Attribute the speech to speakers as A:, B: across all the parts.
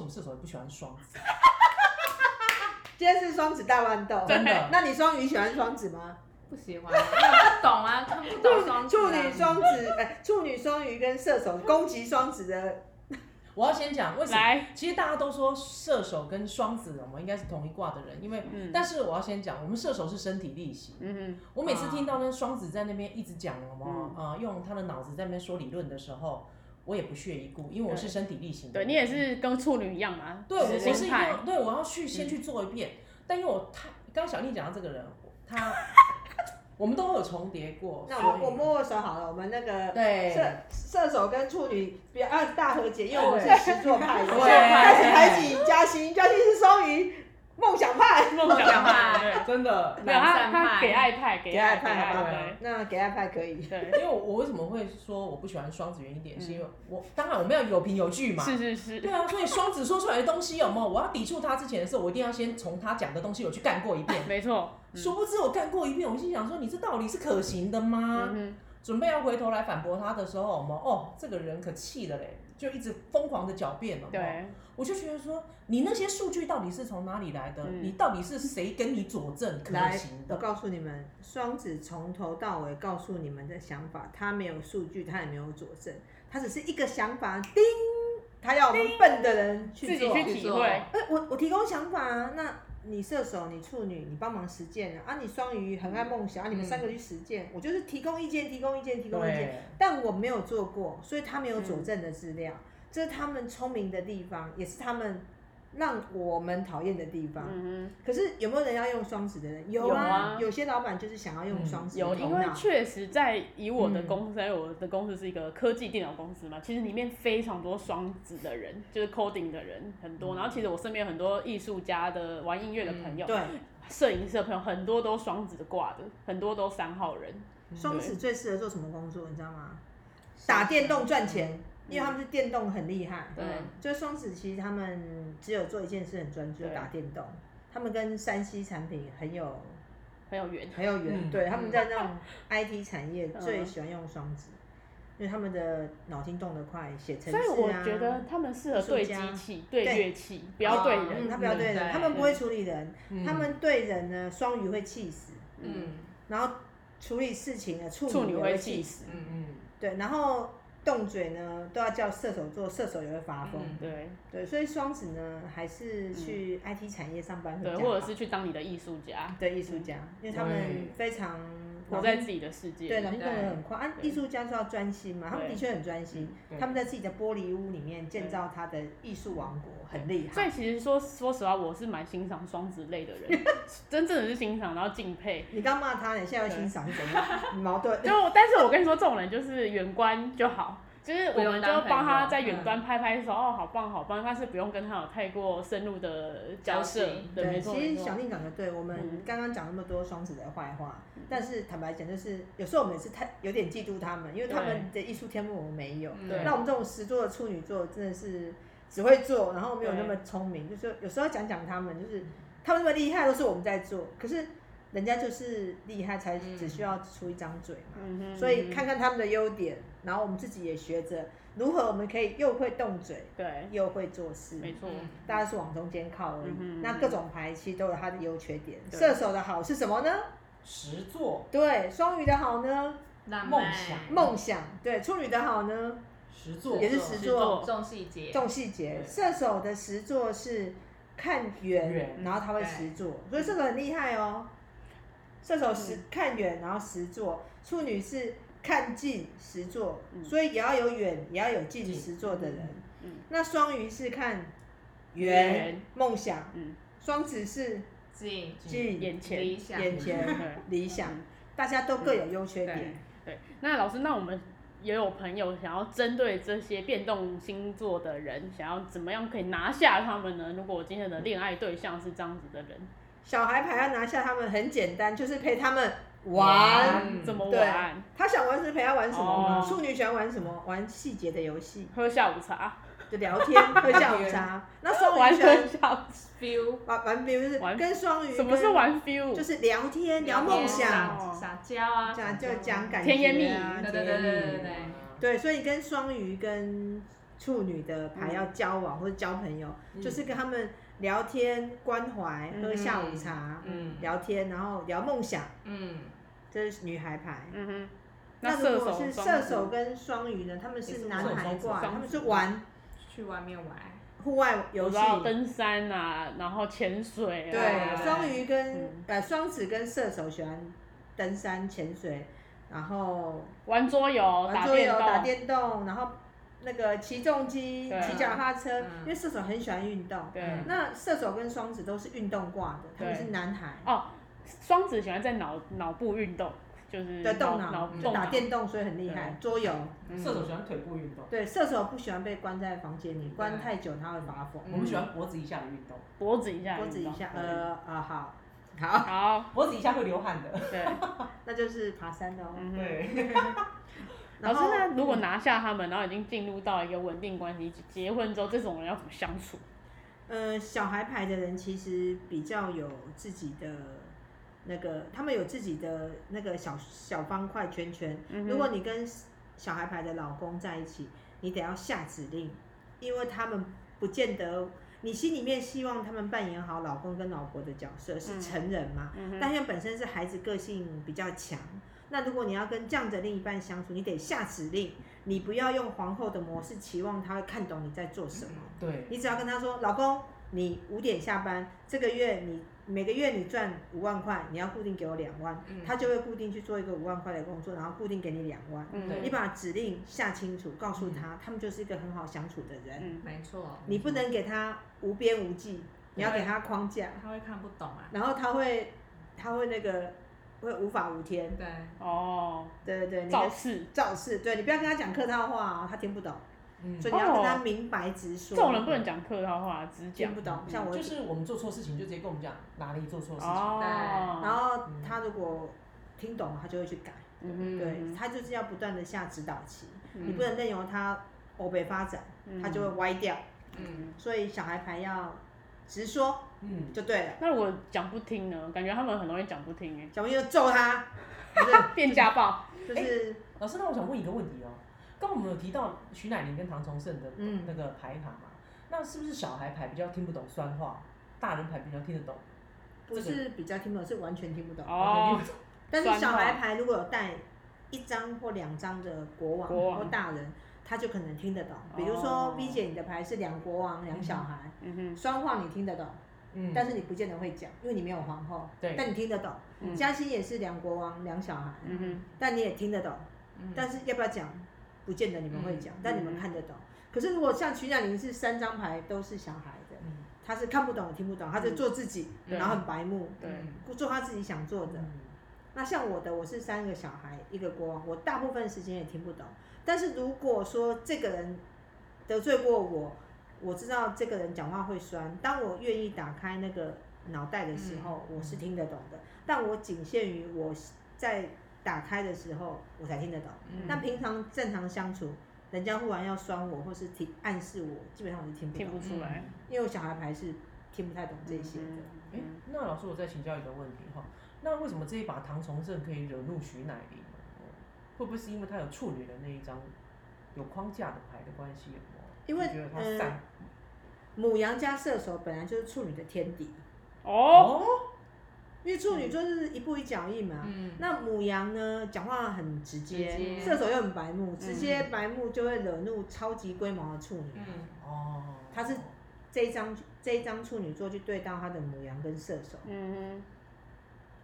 A: 欢双子，
B: 今天是双子大豌豆，
A: 真的
B: 那你双鱼喜欢双子吗？
C: 不喜欢，因为不懂啊，看不懂双子啊
B: 处女双子，哎、处女双鱼跟射手攻击双子的，
A: 我要先讲为什么。
D: 来，
A: 其实大家都说射手跟双子，我们应该是同一卦的人，因为，
D: 嗯
A: 但是我要先讲，我们射手是身体力行。
D: 嗯
A: 我每次听到那双子在那边一直讲什么
D: 嗯
A: 啊，用他的脑子在那边说理论的时候，我也不屑一顾，因为我是身体力行的
D: 哼，对
A: 人。
D: 你也是跟处女一样嘛，
A: 对，我我
D: 执
A: 是
D: 行
A: 一
D: 派
A: 个，对我要去先
D: 嗯
A: 去做一遍，但因为我太刚小丽讲到这个人， 他我们都有重叠过，
B: 那我
A: 所以
B: 我摸握手好了，我们那个射
A: 对
B: 射手跟处女比较啊大和解，因为我们是
A: 对
B: 十座派的，
A: 对
B: 开始排挤嘉欣，嘉欣是双鱼梦想派，
D: 梦想派，对
A: 真的，
D: 没有他
C: 懒散派
D: 他给爱派，给
B: 给爱
D: 爱给
B: 派好不好
D: 爱？
B: 那给爱派可以，
D: 对
A: 因
D: 对，
A: 为我我为什么会说我不喜欢双子，原因点是因为我当然我们要有凭有据嘛，
D: 是是是，
A: 对啊，所以双子说出来的东西有没有？我要抵触他之前的时候，我一定要先从他讲的东西我去干过一遍。
D: 没错， 嗯
A: 殊不知我干过一遍，我心想说你这道理是可行的吗？
D: 嗯
A: 准备要回头来反驳他的时候，我们哦，这个人可气了嘞，就一直疯狂的狡辩了。
D: 哼，，对，
A: 我就觉得说你那些数据到底是从哪里来的？
D: 嗯
A: 你到底是谁跟你佐证可
B: 来
A: 行
B: 我
A: 的？
B: 告诉你们，双子从头到尾告诉你们的想法，他没有数据，他也没有佐证，他只是一个想法，叮，他要我们笨的人去
D: 自
B: 做
D: 己去
C: 去
D: 体
C: 做
D: 会，
B: 哎、我我提供想法啊，那你射手，你处女，你帮忙实践啊，啊，你双鱼很爱梦想，啊，你们
A: 嗯
B: 三个去实践，我就是提供意见，提供意见，提供意见，
A: 对，
B: 但我没有做过，所以他没有佐证的资料，
D: 嗯
B: 这是他们聪明的地方，也是他们让我们讨厌的地方。
D: 嗯
B: 可是有没有人要用双子的人？有啊，
D: 有啊
B: 有些老板就是想要用双
D: 哼，
B: 子
D: 有，
B: 的
D: 因
B: 头
D: 为
B: 脑。
D: 确实在以我的
A: 嗯
D: 公司，因为我的公司是一个科技电脑公司嘛，其实里面非常多双子的人，就是 coding 的人很
B: 嗯
D: 多，然后其实我身边有很多艺术家的、玩音乐的朋友，
B: 对，
D: 摄影社朋友很多都双子挂的，很多都三号人，
B: 双子最适合做什么工作，你知道吗？打电动赚钱，因为他们是电动很厉害。
D: 嗯对
B: 就双子其实他们只有做一件事很专注，
D: 对
B: 打电动。他们跟山西产品很有
D: 很有缘。
B: 很有缘，
A: 嗯
B: 对，
C: 嗯
B: 他们在那 种 IT 产业
D: 嗯
B: 最喜欢用双子，因为他们的脑筋动得快，写程式
D: 所
B: 啊。
D: 以我觉得他们适合对
B: 艺术家
D: 机器、对
B: 对
D: 乐器，不要对
B: 嗯，
D: 人。
B: 他不要对人，
C: 对
B: 他们不会处理人，
A: 嗯
B: 他们对人呢，双鱼会气死，
D: 嗯，
C: 嗯
B: 然后处理事情呢，
D: 处
B: 处
D: 女
B: 女也
D: 会
B: 气
D: 气
B: 死，
D: 死。
A: 嗯嗯，
B: 对，然后动嘴呢都要叫射手座，射手也会发疯，
A: 嗯
D: 对
B: 对，所以双子呢还是去 IT 产业上嗯班会比
D: 嗯对，
B: 较好，
D: 或者是去当你的艺术家，
B: 对艺术家，因为他们
A: 对
B: 非常
D: 活在自己的世界。
B: 对，脑筋动得很快。啊，
D: 对
B: 艺术家就要专心嘛，他们
D: 对嗯
B: 的确很专心，
A: 对
B: 他们在自己的玻璃屋里面建造他的艺术王国，很厉
D: 所
B: 害。
D: 以其实说说实话，我是蛮欣赏双子类的人，真正的是欣赏，然后敬佩。
B: 你刚骂他，你现在要欣赏是怎样？ 你矛盾。
D: 就但是我跟你说，这种人就是远观就好，就是我们就帮他在
B: 嗯
D: 远端拍拍手，哦，好棒好棒，但是不用跟他有太过深入的交涉
C: 交集。
D: 对，没错。
B: 其
D: 没
B: 实
D: 错
B: 小令讲的对，我们
D: 嗯
B: 刚刚讲那么多双子的坏话，但是坦白讲，就是有时候我们也是太有点嫉妒他们，因为他们的艺术天赋我们没有。
C: 嗯
D: 对
B: 那我们这种十座的处女座真的是只会做，然后没有那么聪明，就是有时候讲讲他们，就是他们那么厉害都是我们在做，可是人家就是厉害才
A: 嗯
B: 只需要出一张嘴嘛。
D: 嗯哼
B: 所以看看他们的优点，然后我们自己也学着如何我们可以又会动嘴
D: 对，
B: 又会做事，
D: 没错，
C: 嗯
B: 大家是往中间靠而已。
D: 嗯哼
B: 那各种排期都有它的优缺点。
D: 对
B: 射手的好是什么呢？
A: 实作
B: 对，双鱼的好呢，
C: 浪漫
A: 梦想
B: 梦想；对，处女的好呢，
A: 实作
B: 也是实
C: 实
B: 作
C: 嗯作重细节，
B: 重细节。
A: 对
B: 射手的实作是看远，
A: 远
B: 然后他会
C: 对
B: 实做，所以射手很厉害哦。射手实看远，然后实做；处女是看近实做，
D: 嗯
B: 所以也要有远，也要有近
A: 近
B: 实做的人。
D: 嗯
B: 那双鱼是看
D: 远
B: 远梦想，
D: 嗯，
B: 双子是
C: 近
B: 近
D: 眼前
C: 理想，
B: 眼前
D: 嗯对。
B: 理想
D: 嗯，
B: 大家都各有优缺
C: 对
B: 点。
D: 对，那老师，那我们也有朋友想要针对这些变动星座的人，想要怎么样可以拿下他们呢？如果我今天的恋爱对象是这样子的人，
B: 小孩牌要拿下他们很简单，就是陪他们玩。
A: 嗯
D: 怎么
B: 对
D: 玩？
B: 他想玩是陪他玩什么嘛？
D: 哦
B: 处女喜欢玩什么？玩细节的游戏，
D: 喝下午茶，
B: 就聊天、喝下午 茶。那双
D: 玩
B: 鱼喜欢
D: 喝下午
C: feel，
B: 玩玩，比如是
D: 玩
B: 跟双鱼，
D: 什么是？玩 feel？
B: 就是是聊天、聊梦想，
D: 哦
C: 撒娇啊，
B: 讲就讲感觉啊，
D: 甜言蜜语
B: 甜言
C: 对对对对
B: 蜜语
C: 对对
B: 对，所以跟双鱼跟处女的牌要交往或者交朋友，就是跟他们聊天、关怀、
D: 嗯
B: 喝下午茶、
C: 嗯
B: 聊天，然后聊梦想，
C: 嗯，
B: 这是女孩牌。
D: 嗯哼，
B: 那
D: 射
B: 如果
D: 手
B: 是
D: 双
B: 射
D: 子
B: 手跟双鱼呢？他们
A: 也
B: 是
A: 是
B: 男
A: 双
B: 孩
A: 子
B: 挂，
D: 双
B: 他们
D: 子
B: 是玩
C: 去外面玩，
B: 户外游
D: 有
B: 戏
D: 时，候登山啊，然后潜水啊，
B: 对，双鱼跟、
D: 嗯
B: 呃双子跟射手喜欢登山、潜水，然后
D: 玩桌游、
B: 玩桌游、
D: 动，
B: 打电动，然后那个骑重机、
D: 对啊
B: 骑脚踏车，
C: 嗯
B: 因为射手很喜欢运动。
D: 对，
C: 嗯
B: 那射手跟双子都是运动挂的，他们
D: 对
B: 是男孩，
D: 哦，双子喜欢在脑脑部运动，就是
B: 对，动脑
D: 脑脑
C: 嗯
D: 动
B: 打
D: 脑，
B: 电动，所以很厉害。桌游，
C: 嗯
A: 射手喜欢腿部运动，
B: 对，射手不喜欢被关在房间里，关太久他会发疯。
C: 嗯
A: 我们喜欢脖子以下的运动，
D: 脖子一下，
B: 脖子一下，
D: 嗯
A: 对
B: 呃啊好，好，
D: 好，
A: 脖子以下会流汗的。
D: 对，
B: 那就是爬山的哦。
D: 嗯哼。
A: 对，
B: 然
D: 老师，
B: 后嗯
D: 那如果拿下他们，然后已经进入到一个稳定关系，结婚之后，这种人要怎么相处？
B: 呃，小孩牌的人其实比较有自己的那个，他们有自己的那个小小方块圈圈。
D: 嗯
B: 如
D: 哼，
B: 果你跟小孩牌的老公在一起，你得要下指令，因为他们不见得，你心里面希望他们扮演好老公跟老婆的角色，是
D: 嗯
B: 成人嘛？
D: 嗯哼
B: 但因为本身是孩子个性比较强，那如果你要跟这样的另一半相处，你得下指令，你不要用皇后的模式期望他会看懂你在做什么。
A: 对，
B: 你只要跟他说，老公，你五点下班，这个月你每个月你赚五万块，你要固定给我两万，
C: 嗯
B: 他就会固定去做一个五万块的工作，然后固定给你两万。
D: 嗯
A: 对
B: 你把指令下清楚，告诉他，他们就是一个很好相处的人。
D: 嗯
C: 没错，
B: 你不能给他无边无际，你要给他框架，
C: 他会看不懂啊，
B: 然后他会，他会那个会无法无天。
C: 对，
D: 哦，
B: 对对对，你
D: 造
B: 的
D: 次，
B: 造势，对你不要跟他讲客套话哦，他听不懂，
A: 嗯
B: 所以你要跟他
D: 哦
B: 明白直
D: 这
B: 说。
D: 种人不能讲客套话，只
B: 嗯听
D: 讲
B: 不懂，像我
A: 就是我们做错事情就直接跟我们讲哪里做错事情。
B: 然
D: 哦，
B: 后他如果听懂，他就会去改。
D: 嗯哼
B: 对，他就是要不断的下指导棋，
D: 嗯
B: 你不能任由他欧北发展，他就会歪掉。
C: 嗯，
B: 所以小孩牌要直说
A: 嗯，
B: 就对了，
D: 那我讲不听呢，感觉他们很容易讲不听欸耶，
B: 小朋友揍 他，
D: 变家暴，
B: 就是
D: 哎
A: 老师，那我想问一个问题哦，刚我们有提到徐乃麟跟唐崇盛的
B: 嗯
A: 那个牌卡嘛，那是不是小孩牌比较听不懂酸话，大人牌比较听得懂？
B: 不是比较听不懂，是完全听不懂。
D: 哦，
B: 但是
D: 酸
B: 小
D: 话
B: 孩牌如果有带一张或两张的国王
D: 国王
B: 或大人，他就可能听得懂。比如
D: 哦
B: 说 V 姐，你的牌是两国王两小孩，
D: 嗯
B: 双话你听得懂，
A: 嗯，
B: 但是你不见得会讲，因为你没有皇后。
A: 对
B: 但你听得懂。
D: 嗯
B: 嘉欣也是两国王两小孩，啊
D: 哼，嗯哼，
B: 但你也听得懂，
C: 嗯
B: 但是要不要讲，不见得你们会讲，
C: 嗯
B: 但你们看得懂。可是如果像徐乃麟是三张牌都是小孩的，
A: 嗯，
B: 他是看不懂听不懂，他就做自己，
D: 嗯对
B: 然后很白目，
D: 对
C: 嗯
B: 做他自己想做的。
A: 嗯
B: 那像我的，我是三个小孩，一个国王，我大部分时间也听不懂。但是如果说这个人得罪过我，我知道这个人讲话会酸，当我愿意打开那个脑袋的时候，我是听得懂的。但我仅限于我在打开的时候，我才听得懂。
C: 嗯
B: 那平常正常相处，人家忽然要酸我，或是提暗示我，基本上我是听不
D: 听
B: 懂，
D: 不出来，
B: 因为我小孩牌是听不太懂这些的。
D: 嗯
A: 哎，那老师，我再请教一个问题哈，那为什么这一把唐崇盛可以惹怒徐乃麟？会不会是因为他有处女的那一张有框架的牌的关系？有没有
B: 因为呃
A: 你觉得他散
B: 母羊加射手本来就是处女的天敌。
D: 哦，
B: 因为处女座就是一步一脚印嘛。
C: 嗯，
B: 那母羊呢，讲话很直接，
C: 直接
B: 射手又很白目，直接白目就会惹怒超级龟毛的处女。
C: 嗯
A: 哦，
B: 他是这一张这一张处女座去对到他的母羊跟射手
D: 嗯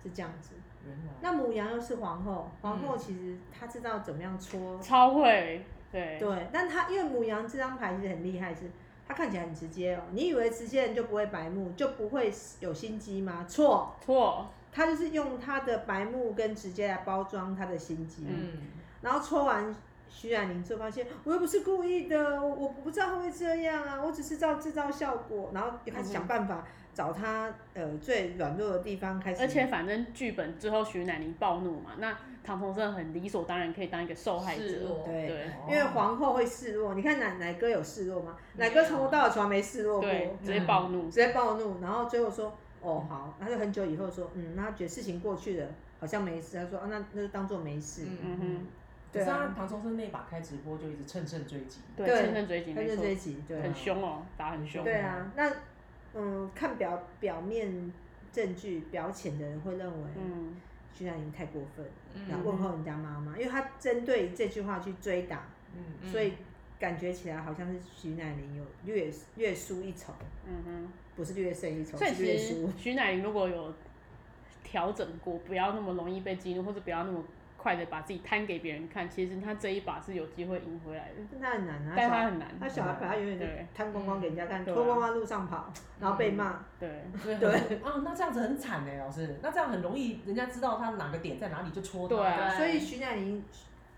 B: 是这样子。
A: 原来
B: 那母羊又是皇后，皇
C: 嗯
B: 后其实她知道怎么样戳，
D: 哼，超会，对，
B: 对，但她因为母羊这张牌其实很厉害是。她看起来很直接哦，你以为直接人就不会白目，就不会有心机吗？错，
D: 错，
B: 她就是用她的白目跟直接来包装她的心机。
C: 嗯
B: 然后戳完徐冉宁之后，发现我又不是故意的，我我不知道会不会这样啊，我只是造制造效果，然后又开始想办法找他呃最软弱的地方开始，
D: 而且反正剧本最后徐乃麟暴怒嘛，那唐崇盛很理所当然可以当一个受害
C: 示
D: 者，
C: 弱
B: 对
D: 对
B: 因为皇后会示弱，你看奶奶哥有示弱吗？奶
C: 没有
B: 哥从头到尾从来没示弱过，
D: 对，直接
C: 嗯
D: 暴怒
B: 直，接暴怒，然后最后说哦好，他就很久以后说嗯，那他觉得事情过去了，好像没事，他说啊那那就当做没事，
C: 嗯
D: 嗯哼，
A: 可是
B: 对
A: 他
B: 啊
A: 唐崇生那一把开直播就一直乘胜追击，
D: 对，
B: 对
D: 趁胜追击，
B: 他
D: 没
B: 就
D: 错
B: 这，一集，对啊
D: 很凶哦，打很凶。
B: 对啊，那嗯，看表表面证据表浅的人会认为
D: 嗯，
B: 徐乃麟太过分了，然后
C: 嗯
B: 问候人家妈妈，因为他针对这句话去追打，
A: 嗯，
C: 嗯
B: 所以感觉起来好像是徐乃麟有略略输一筹，
D: 嗯
B: 不是略胜一筹，
D: 哼，所以
B: 是略
D: 其实
B: 输。
D: 徐乃麟如果有调整过，不要那么容易被激怒，或者不要那么快的把自己摊给别人看，其实他这一把是有机会赢回来的，
B: 但他很难啊，
D: 但
B: 小
D: 他
B: 孩
D: 很难。
B: 他小孩把他永远
D: 对
B: 就贪光光给人家看，
D: 对啊嗯
B: 脱光光路上跑，然后被骂，
D: 对，
B: 嗯
A: 所以对啊，那这样子很惨哎，老师，那这样很容易人家知道他哪个点在哪里就戳他。
D: 对啊
B: 所以徐乃麟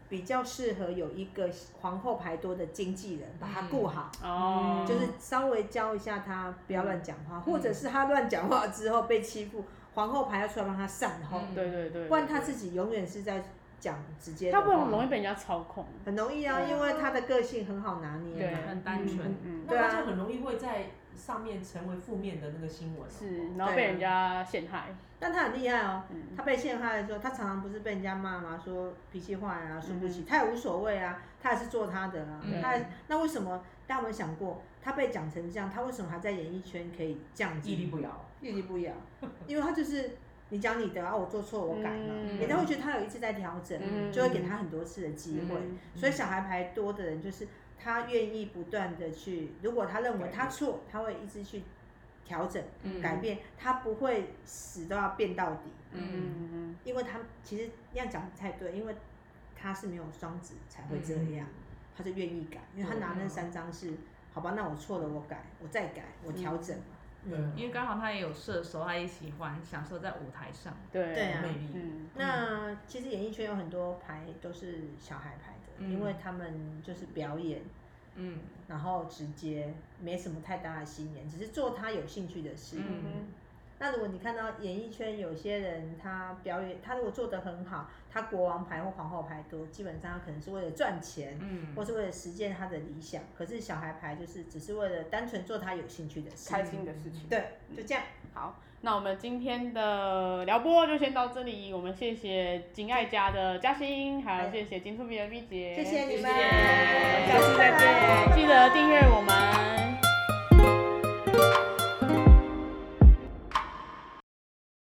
B: 比较适合有一个皇后牌多的经纪人把他顾好，
D: 哦，
B: 就是稍微教一下他不要乱讲
D: 嗯
B: 话，或者是他乱讲话之后被欺负，皇后牌要出来帮他善后，
C: 嗯
D: 对对对，
B: 不然他
D: 对
B: 自己啊永远是在讲直接的
D: 他不
B: 话，
D: 很容易被人家操控。
B: 很容易啊，
D: 对
B: 因为他的个性很好拿捏
D: 对
B: 嘛。
C: 很单纯。
D: 嗯，
A: 那
B: 对啊
A: 他就很容易会在上面成为负面的那个新闻哦。
D: 是，然后被
B: 啊
D: 人家陷害。
B: 但他很厉害哦，
D: 嗯
B: 他被陷害的时候，他常常不是被人家骂吗？说脾气坏啊，输不起，他也无所谓啊，他也是做他的啊。
C: 嗯
B: 他还那为什么大家有没有想过，他被讲成这样，他为什么还在演艺圈可以这样子
A: 屹立不摇。
B: 屹立不摇？因为他就是你讲你的啊，我做错我改嘛，
D: 嗯
B: 人家会觉得他有一直在调整，
D: 嗯
B: 就会给他很多次的机会。
D: 嗯
B: 所以小孩牌多的人就是他愿意不断的去，如果他认为他错，他会一直去调整、
C: 嗯
B: 改变，他不会死都要变到底。
D: 嗯嗯
B: 因为他其实那样讲不太对，因为他是没有双子才会这样，
C: 嗯
B: 他就愿意改，因为他拿那三张是，好吧，那我错了，我改，我再改，我调整嘛。嗯
A: 对
C: 因为刚好他也有射手，他也喜欢享受在舞台上。
D: 对
B: 对啊
A: 有魅力。
D: 嗯
B: 那其实演艺圈有很多牌都是小孩牌的，
C: 嗯
B: 因为他们就是表演，
C: 嗯
B: 然后直接没什么太大的心眼，只是做他有兴趣的事。
C: 嗯
D: 嗯
B: 那如果你看到演艺圈有些人，他表演，他如果做得很好，他国王牌或皇后牌多，基本上他可能是为了赚钱，
C: 嗯，
B: 或是为了实践他的理想。可是小孩牌就是只是为了单纯做他有兴趣的事，
D: 开心的事情。
B: 对，就这样。
D: 好，那我们今天的聊播就先到这里，我们谢谢金爱家的嘉欣，还有谢谢金兔比的 V 姐，
B: 谢谢你们
D: 我们下次再见，记得订阅我们。